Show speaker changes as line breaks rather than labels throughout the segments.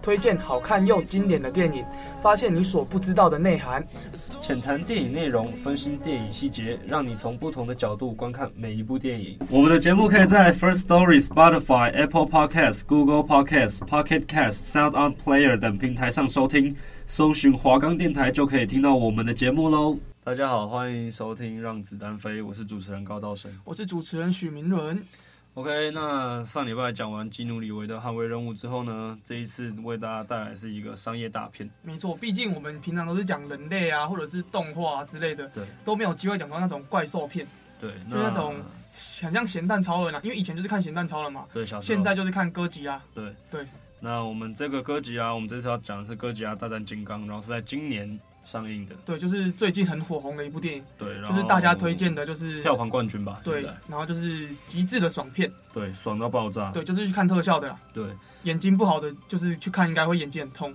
推荐好看又经典的电影，发现你所不知道的内涵。
浅谈电影内容，分析电影细节，让你从不同的角度观看每一部电影。我们的节目可以在 First Story、Spotify、Apple Podcasts、Google Podcasts、Pocket Casts、Sound On Player 等平台上收听，搜寻华冈电台就可以听到我们的节目喽。大家好，欢迎收听《让子弹飞》，我是主持人高道生。
我是主持人许明伦，
OK，那上礼拜讲完基努里维的《捍卫任务》之后呢，这一次为大家带来是一个商业大片。
没错，毕竟我们平常都是讲人类啊，或者是动画啊之类的，
对
都没有机会讲到那种怪兽片，
对，
就那种很像咸蛋超人啊，因为以前就是看咸蛋超人嘛，
对小时候
现在就是看哥吉拉。
对
对。
那我们这个哥吉拉，我们这次要讲的是哥吉拉大战金刚，然后是在今年上映的，
对，就是最近很火红的一部电影，
对，然
就
后
是大家推荐的，就是
票房冠军吧，
对
现在，
然后就是极致的爽片，
对，爽到爆炸，
对，就是去看特效的啦。
对
眼睛不好的，就是去看应该会眼睛很痛，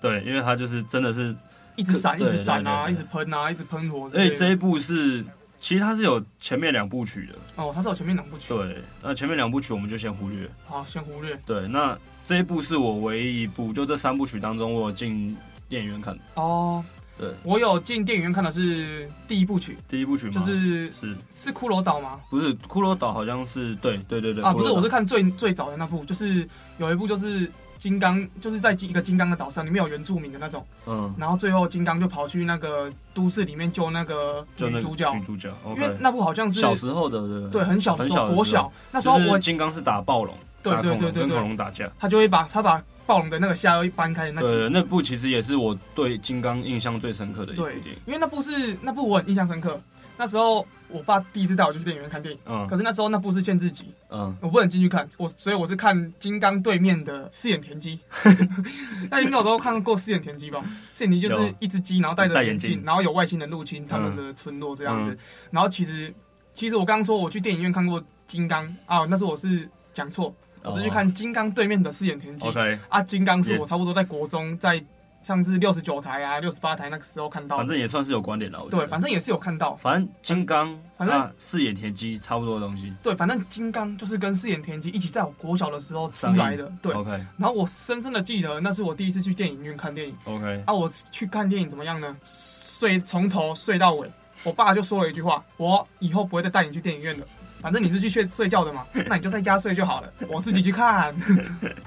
对，因为它就是真的是，
一直闪，一
对
直闪啊，
对对对
一直喷啊，一直喷火之
而
类
且
的。
哎这一部是其实它是有前面两部曲的，
哦，它是有前面两部曲，
对，那前面两部曲我们就先忽略，
好，先忽略。
对，那这一部是我唯一一部，就这三部曲当中我有进电影院看的，
哦，
对，
我有进电影院看的是第一部曲，
第一部曲吗？
就是
是
是骷髅岛吗？
不是骷髅岛好像是对对对对
啊，不
骷髅
是，
岛
我是看最最早的那部，就是有一部就是金刚，就是在一个金刚的岛上，里面有原住民的那种，
嗯，
然后最后金刚就跑去那个都市里面救那个
就那个
女主角，
女主角
因为
，OK，
那部好像是
小时候的对不
对很小的时
很小
候，
的时候
国小那时候
就是
我
金刚是打暴龙，
对
打
对
恐龙
对对
跟
对
恐龙打架。
他就会把他把暴龙的那个下颚掰开的那几
对，那部其实也是我对金刚印象最深刻的一部
对
电影。，
因为那部是那部我很印象深刻。那时候我爸第一次带我去电影院看电影，
嗯
可是那时候那部是限制级，
嗯，
我不能进去看，我所以我是看金刚对面的四眼 田鸡。那应该有都看过四眼田鸡吧？四眼田鸡就是
有
一只鸡，然后戴着
戴眼
眼镜
镜，
然后有外星人入侵他们的村落这样子。
嗯
然后其实其实我刚刚说我去电影院看过金刚啊，那时候我是讲错，我是去看金刚对面的四眼田鸡。
哦嗯 OK，
啊，金刚是
也
我差不多在国中，在像是六十九台啊、六十八台那个时候看到
反
的，
正也算是有关联了。我觉得
对，反正也是有看到，
反正金刚
反正
那四眼田鸡差不多的东西。
对，反正金刚就是跟四眼田鸡一起在我国小的时候出来的，对。
嗯 OK
然后我深深的记得，那是我第一次去电影院看电影
OK，
啊。我去看电影怎么样呢？睡从头睡到尾，我爸就说了一句话：“我以后不会再带你去电影院了，反正你是去睡睡觉 的嘛，那你就在家睡就好了，我自己去看。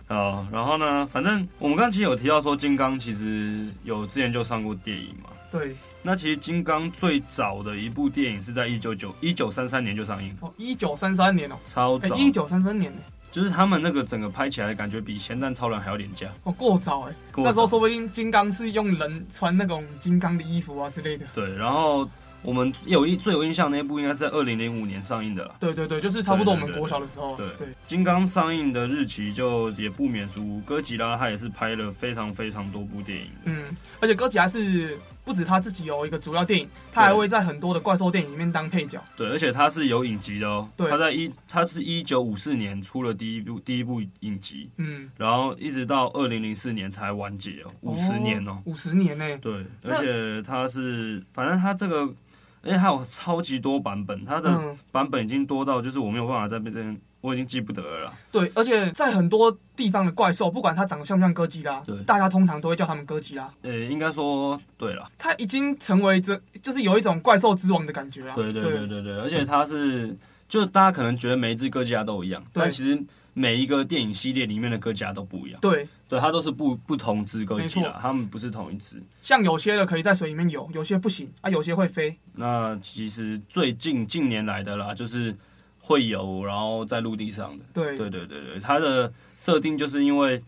好，哦然后呢，反正我们刚刚其实有提到说金刚其实有之前就上过电影嘛。”
对，
那其实金刚最早的一部电影是在一九九一九三三年就上映，
哦，一九三三年哦，
超
哎、
早。
一九三三年呢、
就是他们那个整个拍起来感觉比《咸蛋超人》还要廉价。
哦，过早哎、
跟我
那时候
讲
说不定金刚是用人穿那种金刚的衣服啊之类的。
对，然后我们有一最有印象那一部应该是在二零零五年上映的啦。
对对对，就是差不多我们
对对对
国小的时候。
对
对
金刚上映的日期就也不免俗，哥吉拉他也是拍了非常非常多部电影。
嗯，而且哥吉拉是不止他自己有一个主要电影，他还
对
会在很多的怪兽电影里面当配角。
对，而且他是有影集的哦。
对
他在一他是一九五四年出了第一部第一部影集，
嗯，
然后一直到二零零四年才完结哦，五十年哦。
五十年呢、
对，
那
而且它是，反正它这个，而且它有超级多版本，它的
嗯，
版本已经多到就是我没有办法在这边，我已经记不得了啦。
对，而且在很多地方的怪兽，不管它长得像不像哥吉拉
对，
大家通常都会叫他们哥吉拉。
呃，应该说对了，
它已经成为这，就是有一种怪兽之王的感觉啊。
对对对对对，而且它是，就大家可能觉得每一只哥吉拉都一样，
对
但其实每一个电影系列里面的哥吉拉都不一样，
对，
对，它都是不不同只哥吉
没
拉，它们不是同一只。
像有些的可以在水里面游，有些不行啊，有些会飞。
那其实最近近年来的啦，就是会有，然后在陆地上的。
对
对对对对，它的设定就是因为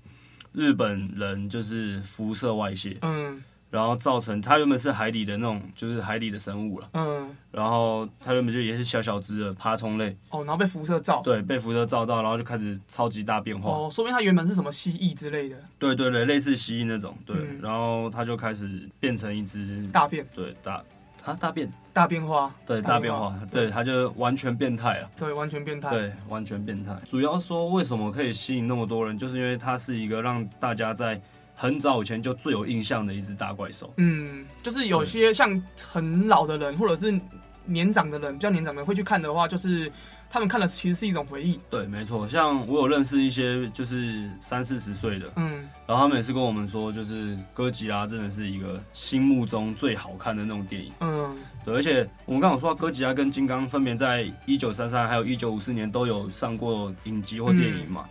日本人就是辐射外泄，
嗯，
然后造成它原本是海底的那种，就是海底的生物了。
嗯，
然后它原本就也是小小只的爬虫类，
哦，然后被辐射照，
对，被辐射照到，然后就开始超级大变化。
哦，说明它原本是什么蜥蜴之类的
对对对，类似蜥蜴那种，对。
嗯
然后它就开始变成一只，
大变
对大，它大变，
大变化，
对
大
大
变
变
化
化，对，它就完全变态了。
对，完全变态，
对，完全变态。主要说为什么可以吸引那么多人，就是因为它是一个让大家在很早以前就最有印象的一只大怪兽。
嗯，就是有些像很老的人，或者是年长的人，比较年长的人会去看的话，就是他们看了其实是一种回忆。
对，没错。像我有认识一些就是三四十岁的，
嗯，
然后他们也是跟我们说，就是哥吉拉真的是一个心目中最好看的那种电影。
嗯，
对，而且我们刚刚有说到哥吉拉跟金刚分别在一九三三还有一九五四年都有上过影集或电影嘛。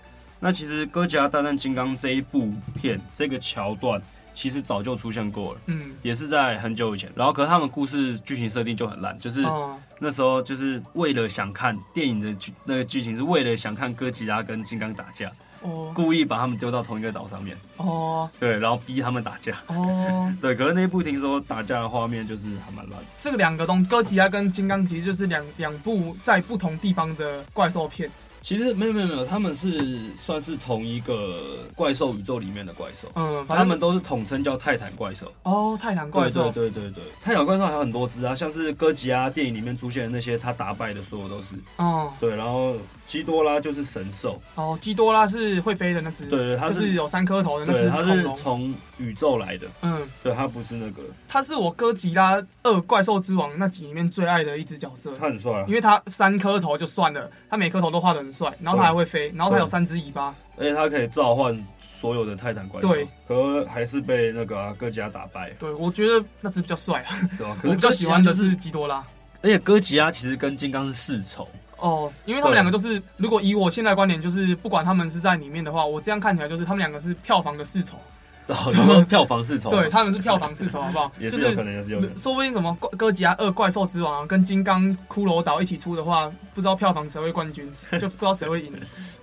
那其实哥吉拉大战金刚这一部片这个桥段，其实早就出现过了。
嗯，
也是在很久以前，然后可是他们故事剧情设定就很烂，就是
哦，
那时候就是为了想看电影的剧那个剧情是为了想看哥吉拉跟金刚打架，
哦，
故意把他们丢到同一个岛上面，
哦，
对，然后逼他们打架，
哦，
对，可是那一部听说打架的画面就是还蛮烂的，
这个两个东哥吉拉跟金刚其实就是两两部在不同地方的怪兽片。
其实没有没有没有，他们是算是同一个怪兽宇宙里面的怪兽，
嗯，反
他
正
们都是统称叫泰坦怪兽。
哦，泰坦怪兽，
对对对对对，泰坦怪兽还有很多只啊，像是哥吉拉电影里面出现的那些，他打败的所有都是。
哦，
对，然后基多拉就是神兽，
哦，基多拉是会飞的那只，
对对，它
就是是有三颗头的那
对，
只
它
恐
是
龙。
从宇宙来的，
嗯，
对，它不是那个，
它是我哥吉拉二怪兽之王那集里面最爱的一只角色。
它很帅啊
因，为它三颗头就算了，它每颗头都画的很帅，然后它还会飞，然后它有
对
三只尾巴，
而且它可以召唤所有的泰坦怪兽
对，
可还是被那个、啊、哥吉拉打败，
对我觉得那只比较帅啊，
对吧、可
我
是
比较
哥吉
喜
拉
欢的
就是
基多拉。
而且哥吉拉其实跟金刚是世仇，
哦，因为他们
对
两个就是，如果以我现在观点，就是不管他们是在里面的话，我这样看起来就是他们两个是票房的世仇，
然 后票房世仇，啊
对，，他们是票房世仇，好不好？
哦 也
就是
有可能，也是有可能。
说不定什么怪哥吉拉二怪兽之王、啊、跟金刚骷髅岛一起出的话，不知道票房谁会 冠军，就不知道谁会赢。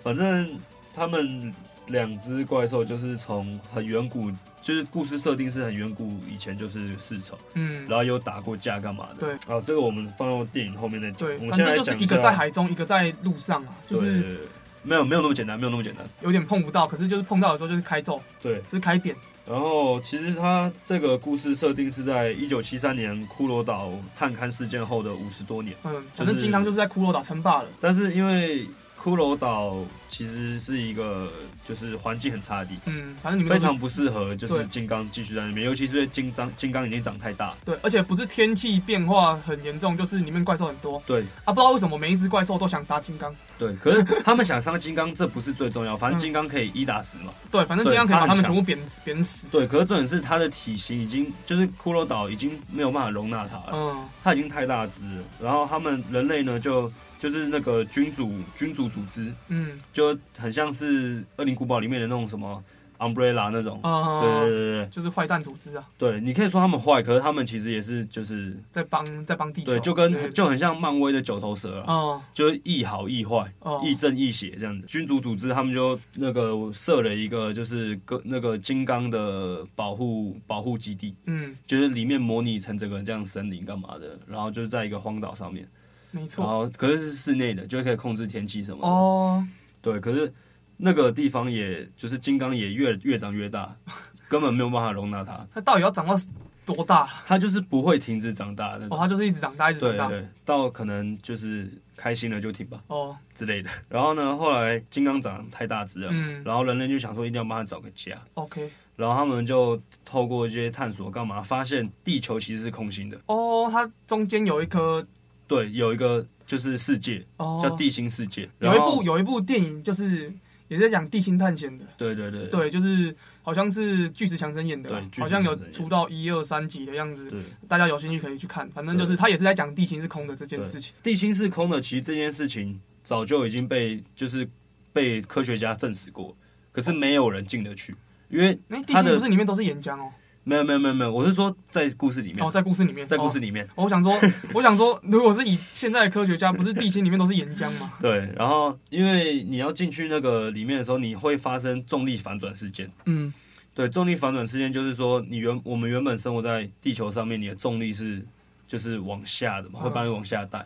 反正他们两只怪兽就是从很远古，就是故事设定是很远古以前就是世仇。
嗯，
然后有打过架干嘛的。
对，
好，这个我们放到电影后面再讲。
对
我，们
反
现在
正
来
就是
讲
一
下
个在，海中，一个在路上啊，就
对
是
对对没有没有那么简单，没有那么简单。
有点碰不到，可是就是碰到的时候就是开揍，
对，
就是开扁。
然后其实它这个故事设定是在一九七三年骷髅岛探勘事件后的五十多年，
嗯，
就
反
是
正金刚就是在骷髅岛称霸了。
但是因为骷髅岛其实是一个就是环境很差的地方。
嗯，反正你们
非
都是
常不适合，就是
对
金刚继续在那边，尤其是因为金刚金刚已经长太大，
对，而且不是天气变化很严重，就是里面怪兽很多
对
啊，不知道为什么每一只怪兽都想杀金刚。
对。可是他们想伤金刚，这不是最重要，反正
嗯
金刚可以一打十嘛。
对，反正金刚可以
对
把他
它
们
很
全
强
部扁扁死。
对，可是重点是它的体型已经就是骷髅岛已经没有办法容纳它了，
嗯，
它已经太大只了。然后他们人类呢，就就是那个君主君主组织，
嗯
就很像是《恶灵古堡》里面的那种什么 umbrella 那种。对对
呃，
对对
就是坏蛋组织啊，
对，你可以说他们坏，可是他们其实也是就是
在帮在帮地球之
对，
类的。
就跟就很像漫威的九头蛇啊，
哦
就是亦好亦坏。
哦
亦正亦邪这样子，君主组织他们就那个设了一个就是个那个金刚的保护保护基地，
嗯，
就是里面模拟成整个这样森林干嘛的，然后就是在一个荒岛上面，
没
然
错。
后可是是室内的，就可以控制天气什么的。
哦，
对，可是那个地方也就是金刚也越越长越 大，根本没有办法容纳它，
它到底要长到多大？
它就是不会停止长大的那
哦，
种。
它就是一直长大，一直
对
长大。
嗯对，到可能就是开心了就停吧
哦，
之类 的。然后呢，后来金刚长太大只了，
嗯
然后人类就想说一定要帮它找个家，
，OK。
然后他们就透过一些探索干嘛，发现地球其实是空心的，
哦，它中间有一颗
对，有一个就是世界，
哦，
叫地心世界，
有一
然后
部有一部电影就是也在讲地心探险的。
对对对
对，就是好像是巨石强森演的吧
对，巨石
好像有
强森演的
出到一二三集的样子，
对，
大家有兴趣可以去看。反正就是
对
他也是在讲地形是空的这件事情。
地心是空的，其实这件事情早就已经被就是被科学家证实过，可
哦
是没有人进得去，因为
哎，地
他
形
的
不是里面都是岩浆哦，
没有没有没有没有，我是说在故事里面，
哦，在故事里面，
在故事
里。
里面，
我想说，我想说，如果是以现在的科学家，不是地心里面都是岩浆吗？
对，然后因为你要进去那个里面的时候，你会发生重力反转事件。
嗯，
对，重力反转事件就是说，你原我们原本生活在地球上面，你的重力是就是往下的嘛，
嗯
会把你往下带。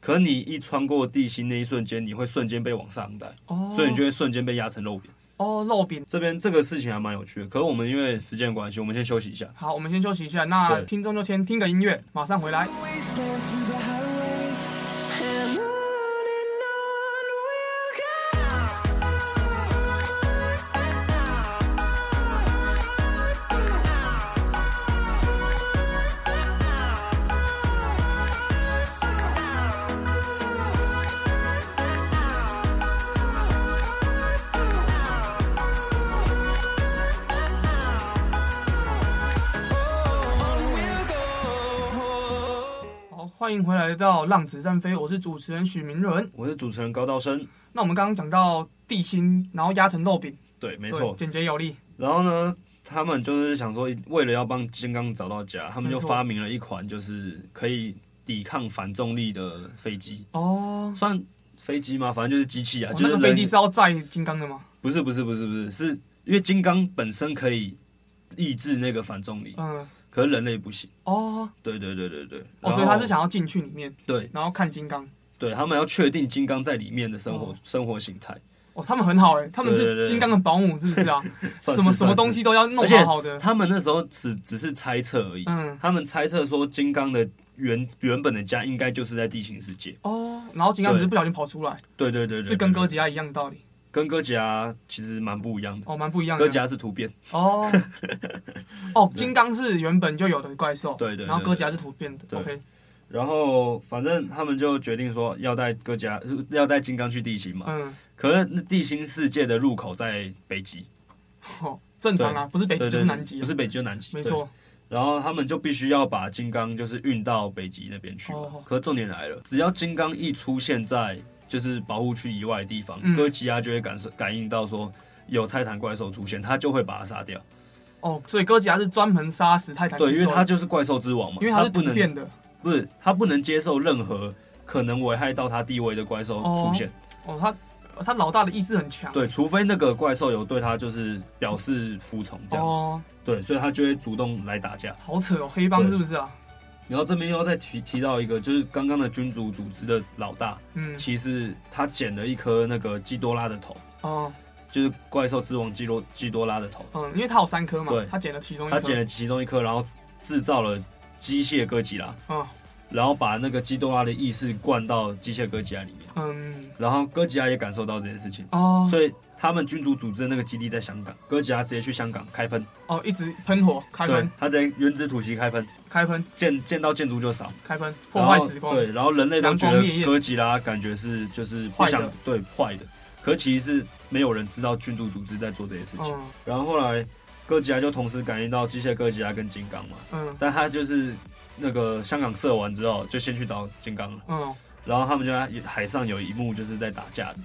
可是你一穿过地心那一瞬间，你会瞬间被往上带，
哦，
所以你就会瞬间被压成肉饼。
哦肉饼。
这边这个事情还蛮有趣的，可是我们因为时间关系，我们先休息一下。
好，我们先休息一下，那
对
听众就先听个音乐，马上回来。
wastelands through the highways and on and on we'll go. On we'll go.
好，欢迎回来到《浪子战飞》，我是主持人许明仁。
我是主持人高道生，
那我们刚刚讲到地心，然后压成肉饼，
对，没
没
错。
简洁有力。
然后呢，他们就是想说，为了要帮金刚找到家，他们就
没错
发明了一款就是可以抵抗反重力的飞机，
哦，
算飞机吗？反正就是机器啊，
哦
就
那
是
个
人
飞机是要载金刚的吗？
不是不是不是不是，是因为金刚本身可以抑制那个反重力，
嗯，
可是人类不行。
哦，
对对对对对。
哦，
然后
所以他是想要进去里面，
对
然后看金刚。
对，他们要确定金刚在里面的生活、
哦
生活形态，
哦，他们很好哎、他们
对对
是
对
金刚的保姆，是不是啊？
算
什么
是
什么
算是
东西都要弄
而且
好好的。
他们那时候只只是猜测而已，
嗯
他们猜测说金刚的原原本的家应该就是在地形世界。
哦，然后金刚只是
对
不小心跑出来，
对对对对，
是跟哥
哥
吉拉一样的道理。
跟哥吉拉其实蛮不一样的。
哦，蛮不一样
哥
的
吉。拉是突变，
哦， 哦，金刚是原本就有的怪兽，
对对对
然后哥吉拉是突变的。
对
OK，
然后反正他们就决定说要带哥吉拉，要带金刚去地形嘛。
嗯，
可是那地心世界的入口在北极，
哦，正常啊，不是北
对对
极就是南极啊，
不是北极就南极，
没错。
对。然后他们就必须要把金刚就是运到北极那边去嘛。
哦
可是重点来了，只要金刚一出现在就是保护区以外的地方，
嗯
哥吉拉就会感受感应到说有泰坦怪兽出现，他就会把它杀掉。
哦，所以哥吉拉是专门杀死泰坦巨兽
对，
的，
因为他就是怪兽之王嘛，
因为他是
不
突
能
变的，
不是他不能接受任何可能危害到他地位的怪兽出现。
哦，他他老大的意志很强，
对，除非那个怪兽有对他就是表示服从这样子。
哦，
对，所以他就会主动来打架。
好扯哦，黑帮
对
是不是啊？
然后这边又要再提提到一个，就是刚刚的君主组织的老大，
嗯，
其实他剪了一颗那个基多拉的头，
哦，
就是怪兽之王基多基多拉的头，
嗯，因为他有三颗嘛
对，
他捡了其中一颗，
他剪了其中一颗，然后制造了机械哥吉拉，
嗯
然后把那个基多拉的意识灌到机械哥吉拉里面，
嗯，
然后哥吉拉也感受到这件事情，
哦，
所以他们君主组织的那个基地在香港，哥吉拉直接去香港开喷，
哦，一直喷火，开
对
喷，，
他直接原子土袭开喷，
开喷，
见见到建筑就扫。
开喷，破坏时
然后
光，
对，然后人类都觉
阳光烈
得
焰
哥吉拉感觉是就是不
坏
想
的
对坏的，可其实是没有人知道君主组织在做这些事情。
嗯
然后后来哥吉拉就同时感应到机械哥吉拉跟金刚嘛，
嗯
但他就是那个香港射完之后就先去找金刚了，
嗯，
然后他们就在海上有一幕就是在打架的，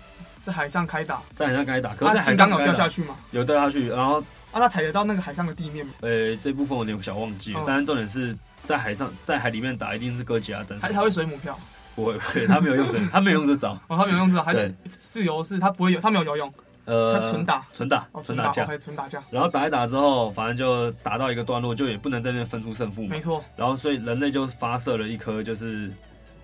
在海上开打，
在海上开打，可是在
啊，
海
金
上
刚有
开
掉
打
下去嘛？
有掉下去，然后
啊，他踩得到那个海上的地面吗？
呃这部分我有点小忘记了
嗯，
但是重点是。在海上，在海里面打一定是哥吉拉战胜
还是，他会水母漂？
不会，不会，他 没有用这，他没有用这招，
哦，他没有用这，还
对
是自由式，他不会游，他没有游泳，
呃，
他纯打，
纯打
哦，，纯
纯
打
打架。
，OK，纯打架，
然后打一打之后，反正就打到一个段落，就也不能在那边分出胜负嘛
没。错，
然后所以人类就发射了一颗就是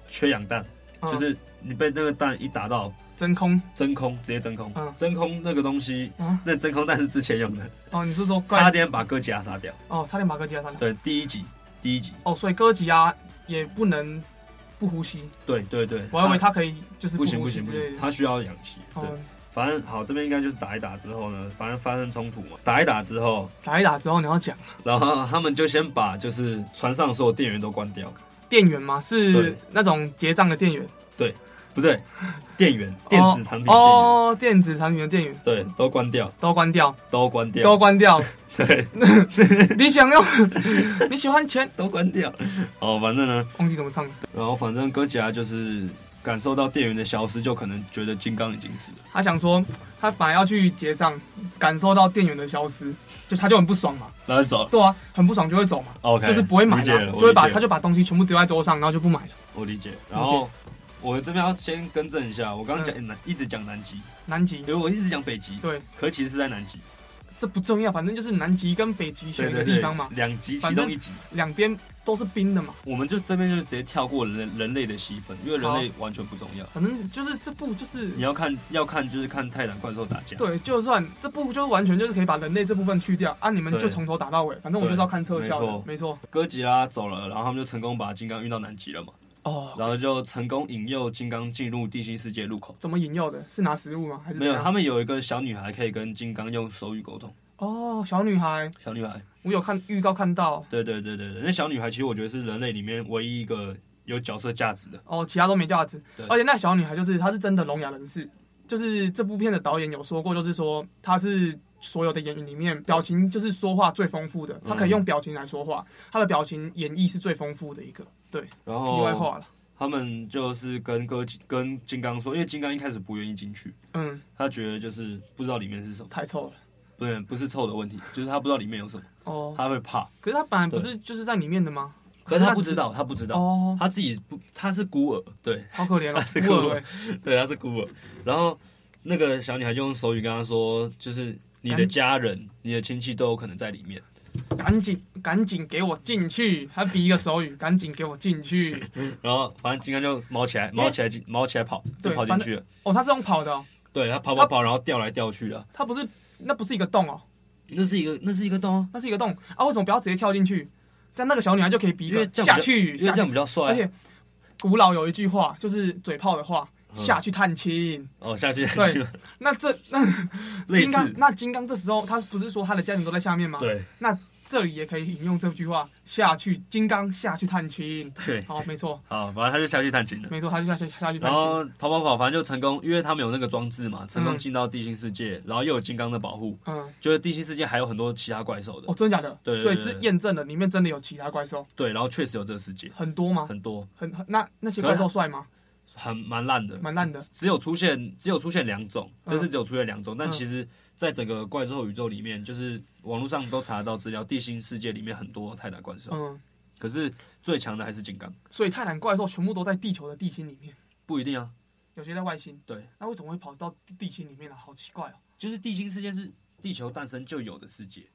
缺氧弹，
嗯
就是你被那个弹一打到
真空
真空，直接真空
嗯，
真空那个东西
嗯，
那真空弹是之前用的，
哦，你是说
差
怪
点把哥吉拉杀掉。
哦，差点把哥吉拉杀掉。
对，第一集，第一集，
哦，所以哥吉拉也不能不呼吸，
对对对。
我还以为他可以就是
不行
呼
不
吸
行
之
不
类
行，
的。
他需要氧气。对，
哦，
反正好，这边应该就是打一打之后呢，反正发生冲突嘛，打一打之后，
打一打之后你要讲
然后他们就先把就是船上所有电源都关掉，
店员嘛，是
对
那种结账的店员，
不对，电源、电子产品电源，
哦，哦电子产品的店员
对，都关掉，
都关掉，
都关掉，
都关掉。
对，
你想要 你喜欢钱，
都关掉。哦，反正呢，
忘记怎么唱了，
然后反正哥吉拉就是感受到电源的消失，就可能觉得金刚已经死了。
他想说他本来要去结账，感受到店员的消失，就他就很不爽嘛，
然后就走了。
对啊，很不爽就会走嘛。
哦 OK，
就是不会买
理解
啦
了，
就会把
我理解
他就把东西全部丢在桌上，然后就不买了。
我理解。然后我这边要先更嗯正一下，我刚刚讲南一直讲南极，
南极
因为我一直讲北极，
对，
可其实是在南极。
这不重要，反正就是南极跟北极
对
选一
对
个
对
地方嘛，，
两集其
反正
中一集，
两边都是冰的嘛，
我们就这边就直接跳过人人类的戏份，因为人类完全不重要。
反正就是这部就是
你要看要看就是看泰坦怪兽打架，
对，就算这部就完全就是可以把人类这部分去掉啊，你们
对
就从头打到尾，反正我就是要看特
对
效
没错
的，没错。
哥吉拉走了，然后他们就成功把金刚运到南极了嘛，
哦，
然后就成功引诱金刚进入地心世界入口。
怎么引诱的？是拿食物吗？还是
没有
怎，样
他们有一个小女孩可以跟金刚用手语沟通。
哦，小女孩，
小女孩，
我有看预告看到
对对对对对，那小女孩其实我觉得是人类里面唯一一个有角色价值的。
哦，其他都没价值
对。
而且那小女孩就是她是真的聋哑人士，就是这部片的导演有说过，就是说她是。所有的演员里面，表情就是说话最丰富的，她可以
嗯
用表情来说话，她的表情演绎是最丰富的一个。对，
然
题外
后
话了，
他们就是跟哥吉跟金刚说，因为金刚一开始不愿意进去，
嗯，
他觉得就是不知道里面是什么，
太臭了。
不是不是臭的问题，就是他不知道里面有什么，
哦，
他会怕。
可是她本来不是就是在里面的吗？
可是他不知道，他不知道，
哦，
他自己不，他是孤儿，对
好 可怜
是
哦，
孤
孤
儿
儿欸
对，他是孤儿。然后那个小女孩就用手语跟他说，就是你的
赶
家人、你的亲戚都有可能在里面。
赶紧赶紧给我进去！他比一个手语，赶紧给我进去。
然后反正金刚就毛起来，毛起来进，毛起来跑，就
对
跑进去了。
哦，他是用跑的、哦，
对他跑跑跑，然后掉来掉去的。
他不是那不是一个洞哦，
那是一个，那是一个洞啊，
那是一个洞啊！为什么不要直接跳进去？在那个小女孩就可以比一
因为
个
这样
下
比较
去
因为
下
这
去，
样比较帅啊。
而且古老有一句话就是嘴炮的话，
嗯
下去探亲。
哦，下去下
对
去了，
那这那
类
金刚
似
那金刚这时候他不是说他的家人都在下面吗？
对
这里也可以引用这句话：下去，金刚下去探亲。
对。
好，没错
好，反正他就下去探亲了。
没错，他就下去下去
然
探亲。
后跑跑跑，反正就成功，因为他们有那个装置嘛，成功
嗯
进到地心世界，然后又有金刚的保护，
嗯，
就是地心世界还有很多其他怪兽的
哦，，真的假的？
对对
所以
对
是验证了里面真的有其他怪兽。
对，然后确实有这个世界，
很多吗？
很多
很很那那些
可是
怪兽帅吗？
很蛮烂的，
蛮烂的
只有出现只有出现两种，
嗯
这次只有出现两种，但
嗯
其实在整个怪兽宇宙里面，就是网络上都查得到资料，地心世界里面很多泰坦怪兽，
嗯，
可是最强的还是金刚，
所以泰坦怪兽全部都在地球的地心里面，
不一定啊，
有些在外星。
对，
那为什么会跑到地心里面呢、好奇怪哦。
就是地心世界是地球诞生就有的世界，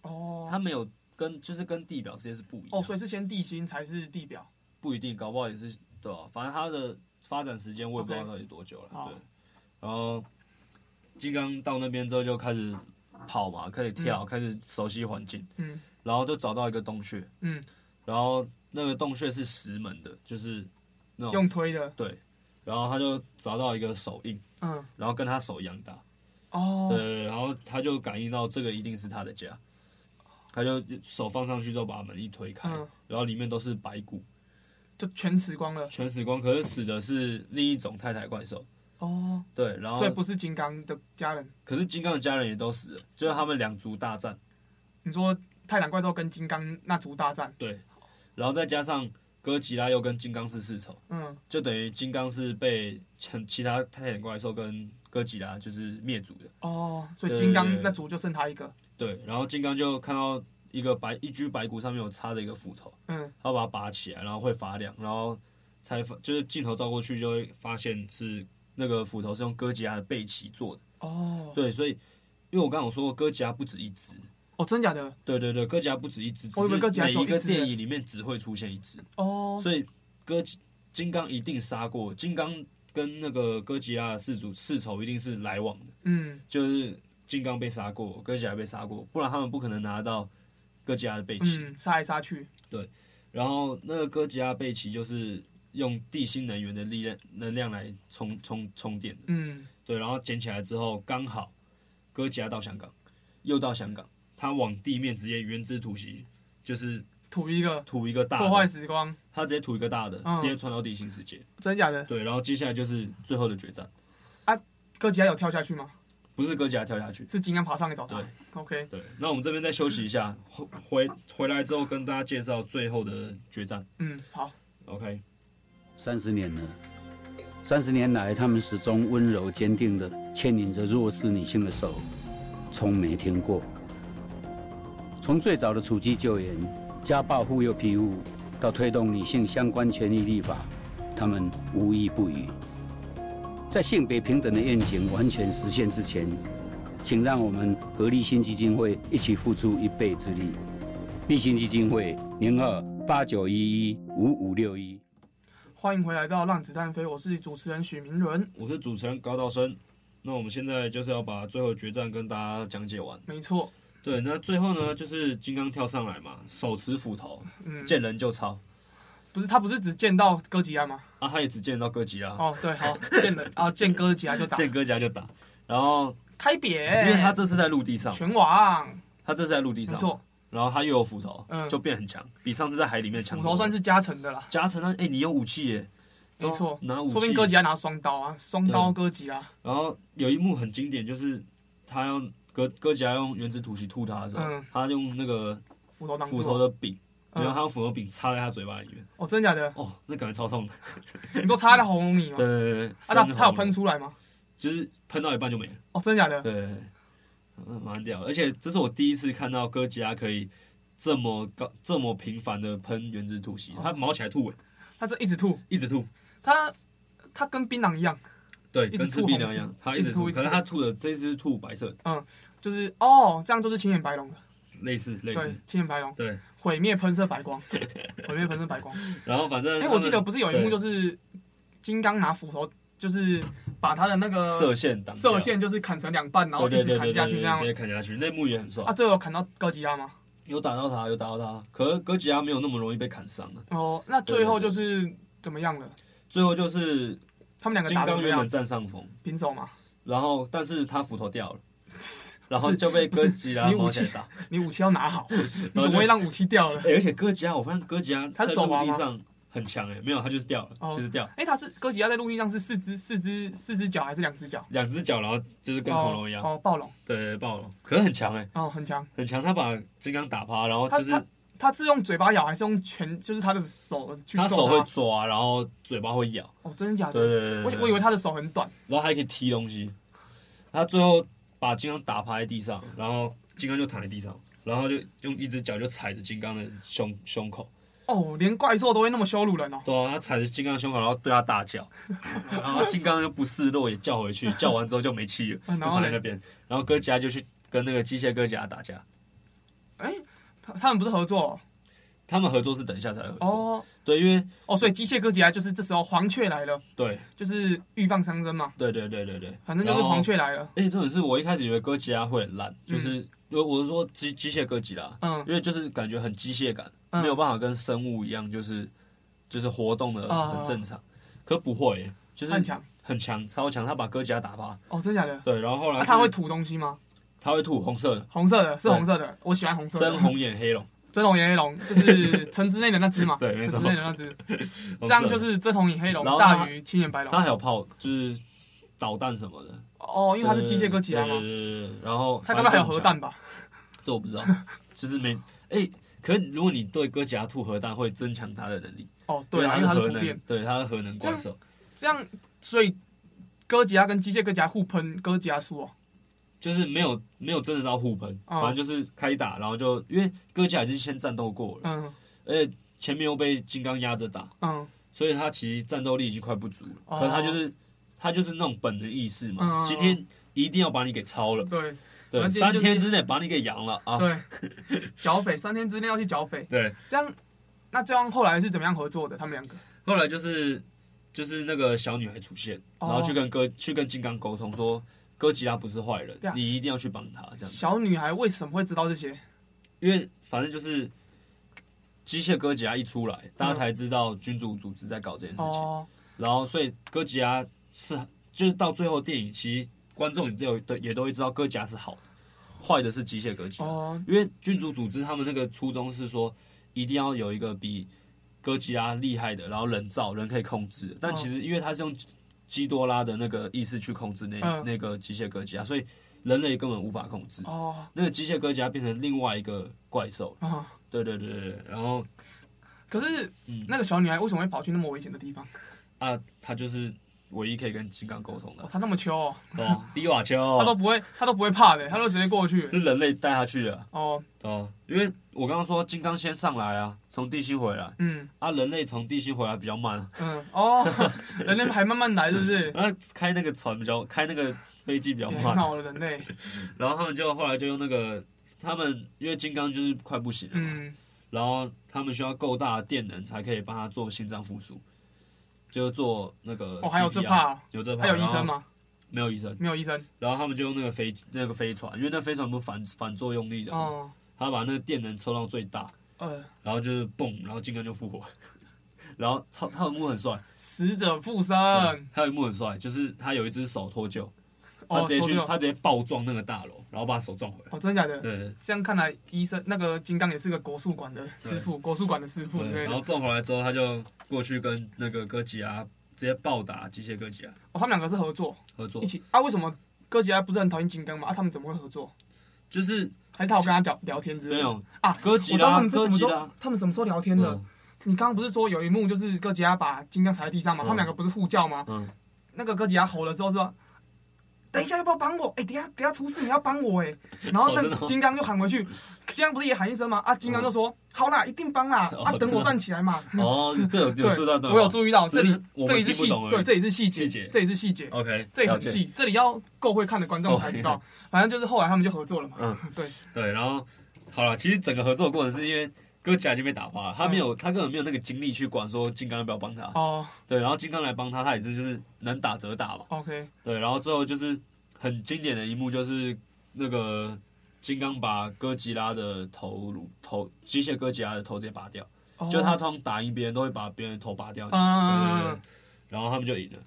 它
哦
没有跟就是跟地表世界是不一样，
哦，所以是先地心才是地表。
不一定，搞不好也是对吧、反正它的发展时间我也不知道
OK
到底多久了。
好
对，然后金刚到那边之后就开始跑嘛，开始跳，开始熟悉环境，
嗯
然后就找到一个洞穴，
嗯，
然后那个洞穴是石门的，就是那种
用推的。
对，然后他就找到一个手印，
嗯
然后跟他手一样大，对，
哦
对然后他就感应到这个一定是他的家。他就手放上去之后，把门一推开，
嗯
然后里面都是白骨，
就全死光了。
全死光，可是死的是另一种太太怪兽。
哦，
对，然后
所以不是金刚的家人。
可是金刚的家人也都死了，就是他们两族大战。
你说泰坦怪兽跟金刚那族大战？
对，然后再加上哥吉拉又跟金刚是世仇，
嗯
就等于金刚是被其其他泰坦怪兽跟哥吉拉就是灭族的。
哦，所以
对
金
对对
刚那族就剩他一个。
对，然后金刚就看到一个白一具白骨上面有插着一个斧头，
嗯
他把它拔起来，然后会发亮，然后才发就是镜头照过去就会发现是那个斧头是用哥吉拉的背鳍做的。
哦
对，所以因为我刚刚有说过哥吉拉不止一只，
哦，真假的？
对对对，哥吉拉不止一只，只
哦我以为
是
哥吉拉
每
只有
一
一只
个
耶
电影里面只会出现一只，
哦
所以哥吉金刚一定杀过，金刚跟那个哥吉拉的氏族世仇一定是来往的，
嗯
就是金刚被杀过，哥吉拉被杀过，不然他们不可能拿到哥吉拉的背鳍。
嗯，杀来杀去。
然后那个哥吉拉背鳍就是用地心能源的力量能量来充充充电的，
嗯
对，然后捡起来之后刚好哥吉拉到香港，又到香港，他往地面直接原之突袭，就是。
吐一个
吐一个大的
破坏时光，
他直接吐一个大的，
嗯
直接穿到地心世界。
真假的？
对，然后接下来就是最后的决战，
哥吉拉有跳下去吗？
不是哥吉拉跳下去。
是金刚爬上来找他
对。
OK，
对，那我们这边再休息一下，回回回来之后跟大家介绍最后的决战。
嗯，好，
OK，
三十年了，三十年来，他们始终温柔坚定地牵引着弱势女性的手，从没停过。从最早的处机救援、家暴妇幼庇护，到推动女性相关权益立法，他们无一不语。在性别平等的愿景完全实现之前，请让我们和立新基金会一起付出一臂之力。立新基金会零二八九一一五五六一。
欢迎回来到《让子弹飞》，我是主持人许明伦。
我是主持人高道生。那我们现在就是要把最后决战跟大家讲解完。
没错，
对，那最后呢，就是金刚跳上来嘛，手持斧头，
嗯，
见人就抄
不是他不是只见到哥吉拉吗？
啊，他也只见到哥吉拉，
哦，对，好，见了啊，见哥吉拉就
啊
打
见哥吉拉就打。然后，
开扁，
因为他这啊次在陆地上，
拳王，
他这次在陆地
没
上，
错，
然后他又有斧头，
嗯
就变很强，比上次在海里面强
斧
多了。
头算是加成的啦，
加成啊，哎、你有武器耶，
没错，
哦拿武器。
说不定哥吉拉拿双刀啊，双刀哥吉拉，
然后有一幕很经典，就是他用哥哥吉拉用原子吐息吐他的时候，
嗯
他用那个
斧头挡
斧头
住，
的柄，
嗯
然后他用斧头柄插在他嘴巴里面，
哦，真的假的？
哦，那感觉超痛的。
你都插在喉咙里吗
对？对对，
啊，
啊
他他有喷，出来吗？
就是喷到一半就没了。
哦，真的假的？
对对，对嗯，蛮屌的。而且这是我第一次看到哥吉拉可以这么高、这么频繁的喷原子吐息，
哦
他毛起来吐、欸，
他这一直吐，
一直吐。
他他跟槟榔一样，
对，
一直
跟吃
吐
槟
红
榔一
色
样，他
一
一
直
直
吐
吐，
一直
可是
吐
他吐的这次是吐白色的，
就是哦，这样就是青眼白龙了。
类似类
对
似，，
青眼白龙，
对。
毁灭喷射白光，毁灭喷 射白光。
然后反正
哎、
他
我记
们
得不是有一幕就是金刚拿斧头，就是把他的那个
射线挡掉
射线就是砍成两半，然后
对
一
对对
直砍
对对，
下去
对
那样
直。接砍下去，那幕也很爽
啊，，最后有砍到哥吉拉吗？
有打到他，有打到他，可是哥吉拉没有那么容易被砍伤啊。
哦，那最后就是怎么样了？
最后就是
他们两个
金
打得怎
刚
么
原
样
本？占上风，
平手嘛？
然后但是他斧头掉 了，然后就被哥吉拉
不是你
毛
武
起
器
来打。
你武器要拿 好，你
就
怎么会让武器 掉了？
哎，而且哥吉拉，我发现哥吉拉
他
在
是手
陆
滑
地
吗
上很强哎，没有他就是掉了，
哦
就是掉
哎、他是哥吉拉在陆地上是四只、四只、四只脚还是两只脚？
两只脚，然后就是跟恐龙一样，
哦，哦暴龙
对对对暴龙，可是很强哎，
哦，很强。
很强，他把金刚打趴，然后哦就是
他他是用嘴巴咬还是用拳？就是他的手去
他
揍
手会抓，然后嘴巴会咬，
哦，真的假
对
的？
对对对对，
我我以为他的手很短，
然后还可以踢东西。他最后把金刚打趴在地上，然后金刚就躺在地上，然后就用一只脚就踩着金刚的胸胸口，
哦，连怪兽都会那么羞辱人哦。
对啊，他踩着金刚的胸口，然后对他大 叫，然后金刚就不示弱，也叫回去，叫完之后就没气了，
呃然
就
后
躺在那
嘞，
边。然后哥吉拉就去跟那个机械哥吉拉打架，
哎、他他们不是合作
他们合作是等一下才合
哦
作，
哦
对，因为
哦，所以机械哥吉拉就是这时候黄雀来了，
对
就是鹬蚌相争嘛，
对对对对对，
反正就是
然后
黄。雀来了。嗯
而且这种是我一开始以为哥吉拉会很烂，就是我我是说机机械哥吉拉，
嗯
因为就是感觉很机械感，
嗯
没有办法跟生物一样，就是就是活动的
啊
很正常。可不会耶，就是
很强
很强，超强，他把哥吉拉打趴。
哦，真的假的？
对，然后后来
那、
啊是
他会吐东西吗？
他会吐红色的
红色的是
对
红色的，我喜欢红色的。
真红眼黑 龙，
真龙眼黑龙就是城之内的那只嘛，
对没错
城之内的那只，
这
这样就是真红眼黑龙
然后它
大于青眼白
他
龙。
还有炮，就是导弹什么的，
哦，因为它是机械哥吉拉
对
嘛，
对对对对然后
它该不会还有
反正就很
核
强
弹，吧？
这我不知道，就是没哎。可是如果你对哥吉拉吐核弹，会增强他的能力。
哦，对啊，
因
因为它是
核
突变
能，，对，他是核能怪兽，
这样所以哥吉拉跟机械哥吉拉互喷，哥吉拉输哦。
就是没有没有真的到互喷，
哦
反正就是开打，然后就因为哥吉拉已经先战斗过了，
嗯
而且前面又被金刚压着打，
嗯
所以他其实战斗力已经快不足了。
哦
可是他就是他就是那种本能意识嘛，
嗯
今天一定要把你给超了，
对
对，
关键
三
就是
天之内把你给扬了啊，
对，剿匪三天之内要去剿匪，
对。
这样那这样后来是怎么样合作的？他们两个
后来就是就是那个小女孩出现，然
哦
后去跟哥去跟金刚沟通说。哥吉拉不是坏人
对啊，
你一定要去帮他，这样子，
小女孩为什么会知道这些？
因为反正就是机械哥吉拉一出来，大家才知道君主组织在搞这件事情。
哦，
然后所以哥吉拉是就是到最后电影，其实观众也都有都也都会知道哥吉拉是好的，坏的是机械哥吉拉。
哦
因为君主组织他们那个初衷是说，一定要有一个比哥吉拉厉害的，然后人造人可以控制
哦
的。但其实因为他是用基基多拉的那个意识去控制那、
嗯
那个机械哥吉拉，所以人类根本无法控制。
哦
那个机械哥吉拉变成另外一个怪兽，
哦，
对对对对，对然后
可是
嗯，
那个小女孩为什么会跑去那么危险的地方？
啊，他就是唯一可以跟金刚沟通的
哦，，她那么秋、哦，
哦， 迪瓦丘，
她都不会，她都不会怕的，她都直接过去。
是人类带他去的，
哦，
对啊因为我刚刚说金刚先上来啊，从地心回来
嗯
啊，人类从地心回来比较慢，啊
嗯，哦，人类还慢慢来，是不是？哎
啊，开那个船比较开那个飞机比较
别
慢，
闹了人类，
然后他们就后来就用那个，他们因为金刚就是快不行了嘛，
嗯，
然后他们需要够大的电能才可以帮他做心脏复苏，就做那个 CPR,
哦还有这怕哦
有这怕，
还有医
然后
生？吗？
没有医生，
没有医生
然后他们就用那个飞那个飞船，因为那飞船不是反反作用力的嘛，
哦，
他把那个电能抽到最大，
呃，
然后就是蹦，然后金刚就复活，然后他他有一幕很帅，
死者复生，
对他有一幕很帅，就是他有一只手脱臼，他
哦，
直接
左
去、
右，
他直接暴撞那个大楼，然后把手撞回来，
哦，真的假的？
对对。
这样看来，医生那个金刚也是个国术馆的师傅，国术馆的师傅之
对，
类
然
的。
后
哦，
撞回来之后，他就过去跟那个哥吉拉直接暴打机械哥吉拉
哦他们两个是合作
合作
一，起啊？为什么哥吉拉不是很讨厌金刚吗？啊，他们怎么会合作？
就是
还是他有跟他聊聊天之
没
类的？
有
啊，
哥
我
吉
知道他
拉，
们是
哥
什么
吉
时
拉
候，，他们什么时候聊天的？
嗯
你刚刚不是说有一幕就是哥吉拉把金刚踩在地上
嗯
吗？他们两个不是互叫吗？
嗯，
那个哥吉拉吼了之后说：“等一下，要不要帮我？哎、等一下等一下出事你要帮我 哎、然后那
哦真的吗
个金刚就喊回去，金刚不是也喊一声吗？啊，金刚就说：“好啦，一定 帮啦！
哦
啊，
真的
等我站起来嘛。嗯
哦，这有有
对
这段对吧，
我有注意到这
只
里
是，我们
这里是
听不
细
懂而已
对，这里是细
细节
节，这里是细节，
OK，
这里
了
很
解，哦
细，这里要够会看的观众才知道。反正就是后来他们就合作了嘛。
嗯，
对，
对，然后好了，其实整个合作过程是因为。哥吉拉已经被打趴了，他没
嗯
有，他根本没有那个精力去管说金刚要不要帮他。
哦
对，然后金刚来帮他，他也是就是能打则打嘛。
，OK，
对，然后最后就是很经典的一幕，就是那个金刚把哥吉拉的头颅头机械哥吉拉的头直接拔掉，
哦
就他通常打赢别人都会把别人的头拔掉，
嗯嗯嗯
对对对，
嗯
然后他们就赢了，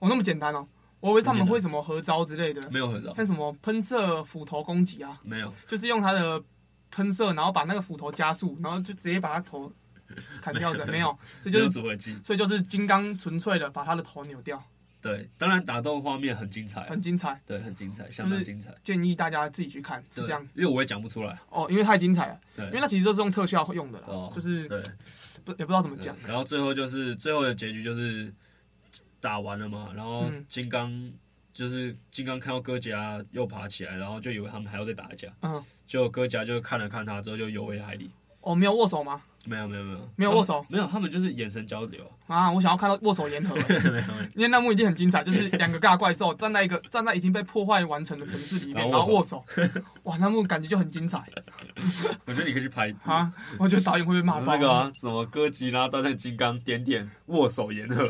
哦，那么简单哦，我以为他们会什么合招之类的，
没有合照，
像什么喷射斧头攻击啊，
没有，
就是用他的喷射，然后把那个斧头加速，然后就直接把他头砍掉的，
没
没
有
有，这
这
就
有
是
组合技。
所以就是金刚纯粹的把他的头扭掉，
对，当然打斗画面很精彩啊，
很精彩，
对，很精彩，相当精彩。
建议大家自己去看，是
对
这样，
因为我也讲不出来。
哦，因为太精彩了，
对，
因为那其实就是用特效用的啦
哦，
就是
对，
不也不知道怎么
对
讲，
然后最后就是最后的结局就是打完了嘛，然后
嗯
金刚、就是金刚看到哥吉拉又爬起来，然后就以为他们还要再打一架，
嗯，
结果哥吉拉就看了看他之后就游回海里，
哦，没有握手吗？
没有没有没有
没有握手
他们没有他们就是眼神交流，
啊，我想要看到握手 言和，因为那幕一定很精彩，就是两个大怪兽站在一个站在已经被破坏完成的城市里面，
然
然
后
后
握
握手，哇，那幕感觉就很精彩
我觉得你可以去拍。
啊！我觉得导演会被骂爆。
那个、啊、什么哥吉拉大战金刚点点握手言和，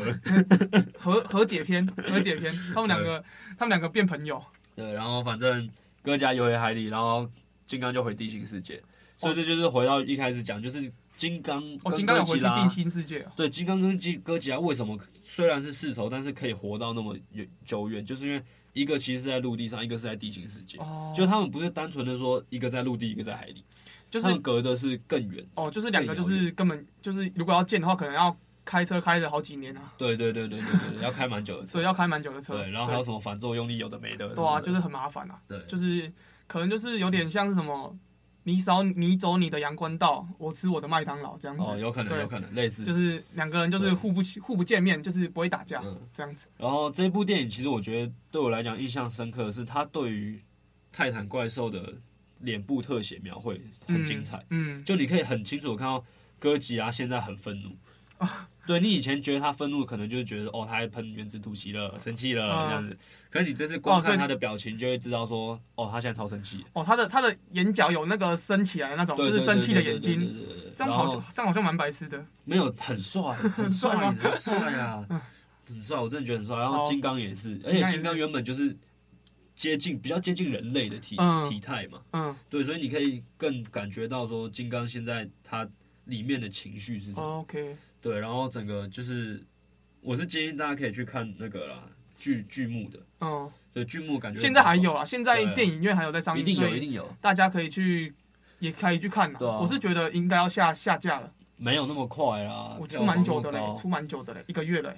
和和解篇，和解篇，他们两个他们两个变朋友，
对，然后反正哥吉拉游回海里，然后金刚就回地心世界，所以这就是回到一开始讲，就是金刚
哦，
跟
金刚有
哥
回
吉
去
拉
定新世界哦，
对，金刚跟基哥吉拉为什么虽然是世仇，但是可以活到那么远久远，就是因为一个其实是在陆地上，一个是在地形世界。
哦
就他们不是单纯的说一个在陆地，一个在海里，
就
他们
是
隔的是更远。
哦，就是两个就
更遥
是根本就是如果要见的话，可能要开车开了好几年啊，
对对对对对对，对要开蛮久的车
所以。要开蛮久的车。
对，然后还有什么反作用力，有的没的什么的。
对啊，就是很麻烦啊，
对，
就是可能就是有点像是什么，你扫你走你的阳关道，我吃我的麦当劳这样子。
哦，有可能，
对
有可能类似。
就是两个人就是互不互不见面，就是不会打架、
嗯
这样子。
然后这部电影其实我觉得对我来讲印象深刻的是，它对于泰坦怪兽的脸部特写描绘很精彩。
嗯，嗯，
就你可以很清楚地看到哥吉拉现在很愤怒。
哦
对你以前觉得他愤怒，可能就是觉得哦，他还喷原子吐息了，生气了、
嗯
这样子。可是你这次光
哦所
看
以
他的表情，就会知道说，哦，他现在超生气，
哦，他的他的眼角有那个升起来的那种，
对
哦就是生气的眼，
对
睛，
对对对对对对
这
然
样好
后
像这样好像蛮白痴的。
没有很 帅，很
帅
帅，
吗
很帅啊， 很帅，我真的觉得很帅。然后
好
金刚也是，而
金刚也
且
是
金刚原本就是接近比较接近人类的体
嗯
体态嘛，
嗯，
对，所以你可以更感觉到说，金刚现在他里面的情绪是什么。
哦 OK，
对，然后整个就是，我是建议大家可以去看那个啦，剧剧目的，
嗯，
对剧目感觉
现在还
很
有啦，现在电影院还有在
爽，啊
上
一
映，
定
所
有，
以
一定有，
大家可以去，也可以去看啦。
对啊
我是觉得应该要下下架了，
没有那么快啦，
我
啊票
出蛮
房
久
那
的
么
嘞
高，
出蛮久的嘞，一个月嘞。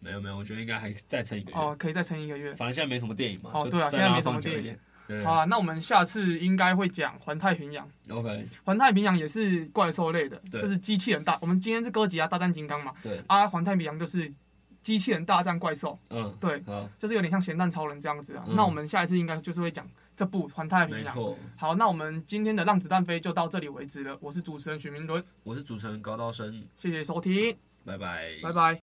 没有没有，我觉得应该还再撑一个月，
哦，可以再撑一个月。
反正现在没什么电影嘛，
哦
就
对啊
再
现在
让它
没什么
放久一
电
点，对
好啦，那我们下次应该会讲《环太平洋》，
，OK，
《环太平洋》也是怪兽类的，
对
就是机器人大。我们今天是哥吉拉大战金刚嘛，
对，
啊，环太平洋就是机器人大战怪兽，
嗯，
对，
好，
就是有点像咸蛋超人这样子啊。
嗯
那我们下一次应该就是会讲这部《环太平
没
洋》。
错，
好，那我们今天的浪子弹飞就到这里为止了。我是主持人许明伦，
我是主持人高道生，
谢谢收听，
拜拜，
拜拜。